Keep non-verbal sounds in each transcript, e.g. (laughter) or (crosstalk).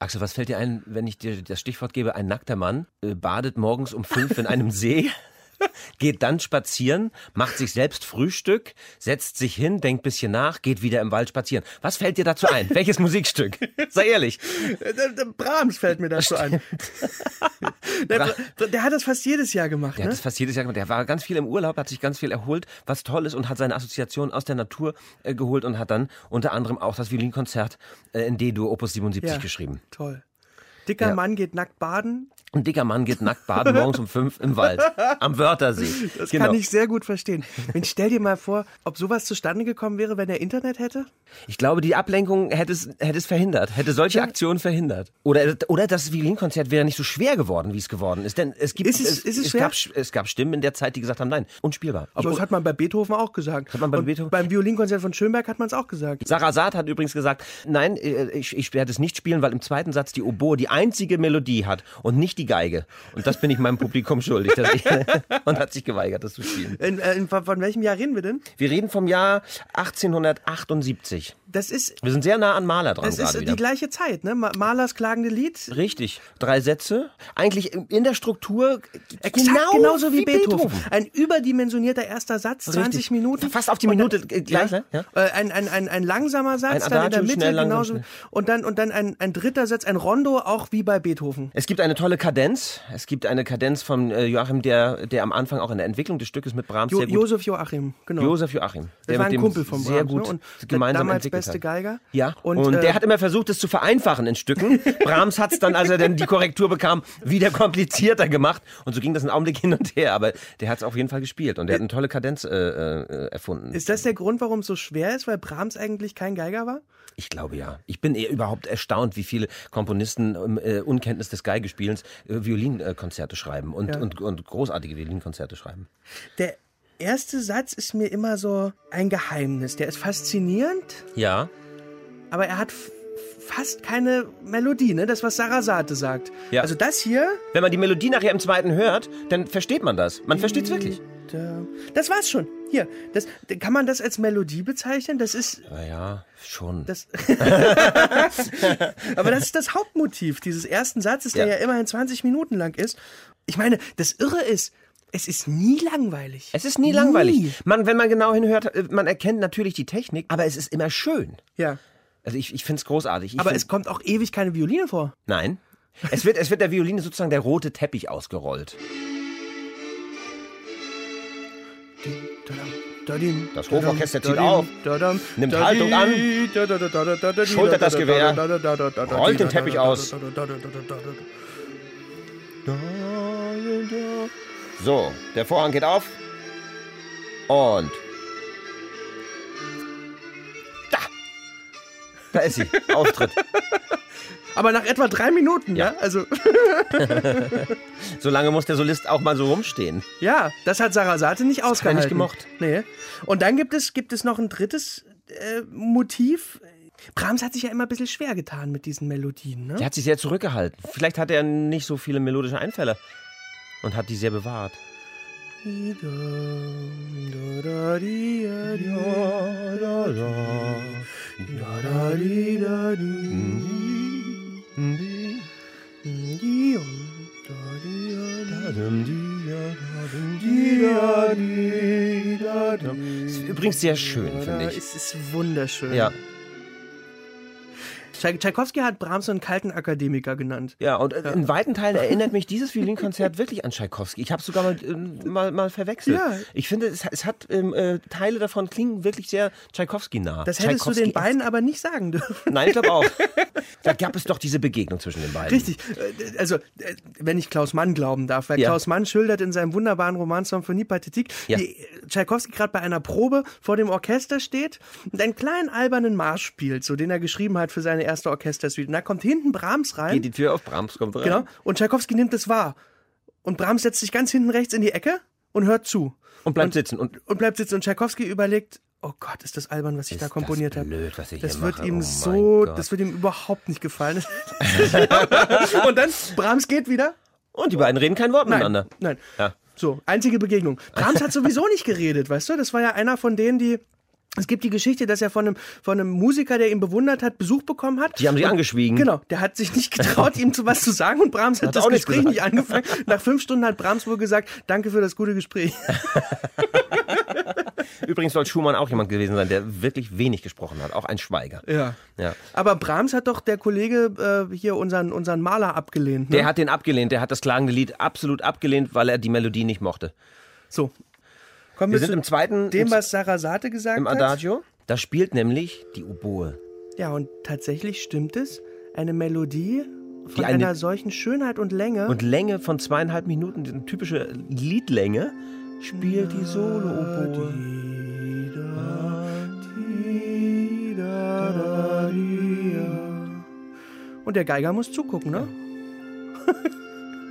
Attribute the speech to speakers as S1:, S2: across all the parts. S1: Axel, was fällt dir ein, wenn ich dir das Stichwort gebe? Ein nackter Mann äh, badet morgens um fünf in einem See, (laughs) geht dann spazieren, macht sich selbst Frühstück, setzt sich hin, denkt bisschen nach, geht wieder im Wald spazieren. Was fällt dir dazu ein? Welches Musikstück? Sei ehrlich.
S2: Äh, Brahms fällt mir dazu (laughs) ein. Der, der hat das fast jedes Jahr gemacht.
S1: Der
S2: ne?
S1: hat das fast jedes Jahr gemacht. Der war ganz viel im Urlaub, hat sich ganz viel erholt, was toll ist und hat seine Assoziationen aus der Natur äh, geholt und hat dann unter anderem auch das Violinkonzert äh, in D-Dur Opus 77
S2: Ja.
S1: geschrieben.
S2: Toll. Dicker
S1: Ja.
S2: Mann geht nackt baden.
S1: Ein dicker Mann geht nackt baden morgens um fünf im Wald am Wörthersee.
S2: (laughs)
S1: Genau.
S2: Das kann ich sehr gut (laughs) verstehen. Mensch, stell dir mal vor, ob sowas zustande gekommen wäre, wenn er Internet hätte.
S1: Ich glaube, die Ablenkung hätte es, hätte es verhindert, hätte solche Aktionen verhindert. Oder, oder das Violinkonzert wäre nicht so schwer geworden, wie es geworden ist. Denn es gibt
S2: Ist es- ist es schwer?
S1: gab, es gab Stimmen in der Zeit, die gesagt haben, nein, unspielbar.
S2: Aber das hat man bei Beethoven auch gesagt.
S1: Hat man bei
S2: Und
S1: Beethoven-
S2: beim Violinkonzert von Schönberg hat man es auch gesagt.
S1: Sarah Saad hat übrigens gesagt, nein, äh, ich, ich werde es nicht spielen, weil im zweiten Satz die Oboe die einzige Melodie hat und nicht die Geige. Und das bin ich meinem Publikum schuldig. Dass ich, (laughs) und hat sich geweigert, das zu spielen.
S2: In, äh, in, von von welchem Jahr reden wir denn?
S1: Wir reden vom Jahr 1878.
S2: Das ist,
S1: Wir sind sehr nah an Maler dran
S2: das ist
S1: gerade
S2: die
S1: wieder.
S2: gleiche Zeit, ne? Ma- Mahlers klagende Lied.
S1: Richtig. Drei Sätze. Eigentlich in der Struktur Genau
S2: Exakt genauso wie, Beethoven. Ein überdimensionierter erster Satz, 20
S1: Richtig.
S2: Minuten.
S1: Fast auf die
S2: Und
S1: Minute
S2: dann-
S1: äh, gleich,
S2: ja,
S1: ne? Ja.
S2: Äh, Ein, ein, ein, ein langsamer Satz,
S1: Ein
S2: dann in der
S1: Adagio,
S2: Mitte
S1: schnell, langsam,
S2: genauso.
S1: schnell.
S2: Und dann, und dann ein, ein dritter Satz, ein Rondo, auch wie bei Beethoven.
S1: Es gibt eine tolle Kadenz. Es gibt eine Kadenz von äh, Joachim, der, der am Anfang auch in der Entwicklung des Stückes mit Brahms
S2: Jo
S1: sehr gut
S2: Josef Joachim, genau.
S1: Josef Joachim.
S2: Das war ein Kumpel von
S1: sehr
S2: Brahms,
S1: gut
S2: ne? Und der
S1: gemeinsam
S2: damals
S1: entwickelt
S2: beste
S1: hat.
S2: Geiger.
S1: Ja, und,
S2: Und,
S1: der
S2: äh,
S1: hat immer versucht, es zu vereinfachen in Stücken. Brahms hat es dann, als er dann die Korrektur bekam, wieder komplizierter gemacht. Und so ging das einen Augenblick hin und her. Aber der hat es auf jeden Fall gespielt und der hat eine tolle Kadenz äh, äh, erfunden.
S2: Ist das der Grund, warum es so schwer ist, weil Brahms eigentlich kein Geiger war?
S1: Ich glaube ja. Ich bin eher überhaupt erstaunt, wie viele Komponisten im äh, Unkenntnis des Geigespielens äh, Violinkonzerte schreiben und, und, und großartige Violinkonzerte schreiben.
S2: Der erste Satz ist mir immer so ein Geheimnis. Der ist faszinierend,
S1: Ja.
S2: aber er hat f- fast keine Melodie, ne? Das, was Sarah Sate sagt.
S1: Ja.
S2: Also das hier,
S1: Wenn man die Melodie nachher im zweiten hört, dann versteht man das. Man versteht es wirklich.
S2: da- das war's schon. Hier, das, kann man das als Melodie bezeichnen? Das ist
S1: Naja, schon. (laughs)
S2: das. aber das ist das Hauptmotiv dieses ersten Satzes, der
S1: Ja.
S2: ja immerhin 20 Minuten lang ist. Ich meine, das Irre ist, es ist nie langweilig.
S1: Es ist nie langweilig. Man, wenn man genau hinhört, äh, man erkennt natürlich die Technik, aber es ist immer schön.
S2: Ja.
S1: Also ich, ich finde es großartig. Ich
S2: Aber
S1: find-
S2: es kommt auch ewig keine Violine vor.
S1: Nein. Es wird, es wird der Violine sozusagen der rote Teppich ausgerollt. Das Hoforchester zieht auf, nimmt Haltung an, schultert das Gewehr, rollt den Teppich aus. So, der Vorhang geht auf. Und. Da! Da ist
S2: (laughs)
S1: sie. Auftritt.
S2: Aber nach etwa drei Minuten,
S1: Ja.
S2: ja. Also,
S1: So lange muss der Solist auch mal so rumstehen.
S2: ja, das hat Sarasate nicht ausgehalten.
S1: ich gemocht.
S2: Nee. Und dann gibt es, gibt es noch ein drittes äh, Motiv. Brahms hat sich ja immer ein bisschen schwer getan mit diesen Melodien, ne?
S1: Der hat sich sehr zurückgehalten. Vielleicht hat er nicht so viele melodische Einfälle und hat die sehr bewahrt. Ist übrigens sehr schön, finde ich.
S2: Es ist wunderschön.
S1: Ja,
S2: Tschaik- Tschaikowski hat Brahms so einen kalten Akademiker genannt.
S1: ja, und äh, in weiten Teilen erinnert mich dieses Violinkonzert wirklich an Tschaikowski. Ich habe es sogar mal, ähm, mal, mal verwechselt.
S2: Ja.
S1: Ich finde, es, es hat ähm, äh, Teile davon klingen wirklich sehr Tschaikowski nah.
S2: Das hättest du den
S1: Tschaikowski-esk.
S2: beiden aber nicht sagen dürfen.
S1: Nein, ich glaube auch. Da gab es doch diese Begegnung zwischen den beiden.
S2: Richtig. Äh, Also, äh, wenn ich Klaus Mann glauben darf, weil
S1: Ja.
S2: Klaus Mann schildert in seinem wunderbaren Roman Symphonie Pathetique,
S1: Ja.
S2: wie Tschaikowski gerade bei einer Probe vor dem Orchester steht und einen kleinen albernen Marsch spielt, so den er geschrieben hat für seine erste Orchestersuite. Und da kommt hinten Brahms rein.
S1: Geht die Tür auf, Brahms kommt rein.
S2: Genau. Und Tschaikowski nimmt es wahr. Und Brahms setzt sich ganz hinten rechts in die Ecke und hört zu.
S1: Und bleibt sitzen. Und
S2: Und bleibt sitzen. Und Tschaikowski überlegt, oh Gott, ist das albern, was ich da komponiert
S1: das
S2: habe.
S1: blöd, was ich
S2: Das
S1: hier
S2: wird
S1: mache.
S2: ihm
S1: oh
S2: so,
S1: mein Gott.
S2: das wird ihm überhaupt nicht gefallen. (laughs) und dann, Brahms geht wieder.
S1: Und die beiden reden kein Wort
S2: Nein,
S1: miteinander.
S2: nein.
S1: Ja.
S2: So, einzige Begegnung.
S1: (laughs)
S2: Brahms hat sowieso nicht geredet, weißt du? Das war ja einer von denen, die... Es gibt die Geschichte, dass er von einem, von einem Musiker, der ihn bewundert hat, Besuch bekommen hat.
S1: Die haben sie
S2: Und-
S1: angeschwiegen.
S2: Genau, der hat sich nicht
S1: (laughs)
S2: getraut, ihm zu was zu sagen und Brahms hat,
S1: Hat er
S2: das
S1: auch nicht
S2: Gespräch
S1: gesagt.
S2: nicht angefangen. Nach fünf Stunden hat Brahms wohl gesagt, danke für das gute Gespräch.
S1: Übrigens soll Schumann auch jemand gewesen sein, der wirklich wenig gesprochen hat. Auch ein Schweiger.
S2: Ja.
S1: (laughs) Ja.
S2: Aber Brahms hat doch der Kollege äh, hier unseren, unseren Maler abgelehnt. Ne?
S1: Der hat den abgelehnt, der hat das klagende Lied absolut abgelehnt, weil er die Melodie nicht mochte.
S2: so. Kommen
S1: Wir
S2: wir,
S1: sind
S2: zu
S1: im zweiten,
S2: dem,
S1: im-
S2: was Sarasate gesagt
S1: im
S2: hat.
S1: Adagio. Da spielt nämlich die Oboe.
S2: Ja, und tatsächlich stimmt es. Eine Melodie von
S1: Die eine-
S2: einer solchen Schönheit und Länge.
S1: Und Länge von zweieinhalb Minuten, die typische Liedlänge, spielt die Solo-Oboe.
S2: und der Geiger muss zugucken, ne?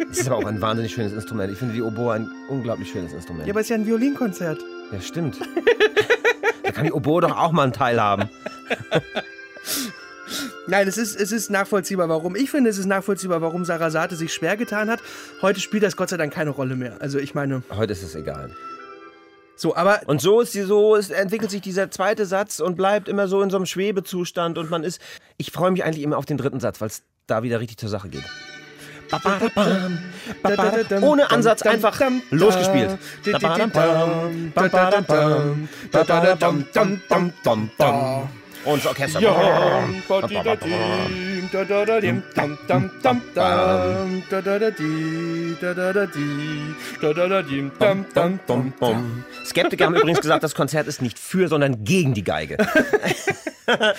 S1: Das ist aber auch ein wahnsinnig schönes Instrument. Ich finde die Oboe ein unglaublich schönes Instrument.
S2: Ja, aber es ist ja ein Violinkonzert.
S1: Ja, stimmt. da kann die Oboe doch auch mal einen Teil haben.
S2: Nein, es ist, es ist nachvollziehbar, warum. Ich finde, es ist nachvollziehbar, warum Sarasate sich schwer getan hat. Heute spielt das Gott sei Dank keine Rolle mehr. Also ich meine,
S1: Heute ist es egal.
S2: so, aber
S1: Und so ist die, so ist, entwickelt sich dieser zweite Satz und bleibt immer so in so einem Schwebezustand und man ist. Ich freue mich eigentlich immer auf den dritten Satz, weil es da wieder richtig zur Sache geht. Ba-ba-da-bam, ba-ba-da- Ohne Ansatz einfach losgespielt. Ba-ba-da-bam, ba-ba-da-bam, ba-ba-da-dam-dam-dam-dam-dam. Und das Orchester. Skeptiker haben übrigens gesagt, das Konzert ist nicht für, sondern gegen die
S2: (laughs)
S1: Geige.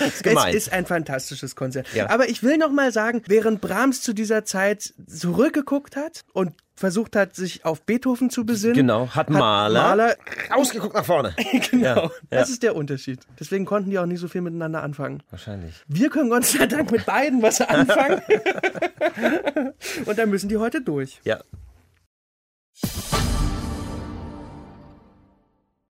S1: ist gemein.
S2: Es ist ein fantastisches Konzert.
S1: Ja.
S2: Aber ich will noch mal sagen, während Brahms zu dieser Zeit zurückgeguckt hat und versucht hat, sich auf Beethoven zu besinnen,
S1: Genau, hat Mahler-
S2: Mahler
S1: Ausgeguckt nach vorne.
S2: genau.
S1: Ja,
S2: Das ist der Unterschied. Deswegen konnten die auch nicht so viel miteinander anfangen.
S1: Wahrscheinlich.
S2: Wir können Gott sei Dank mit beiden was anfangen. und da müssen die heute durch.
S1: Ja,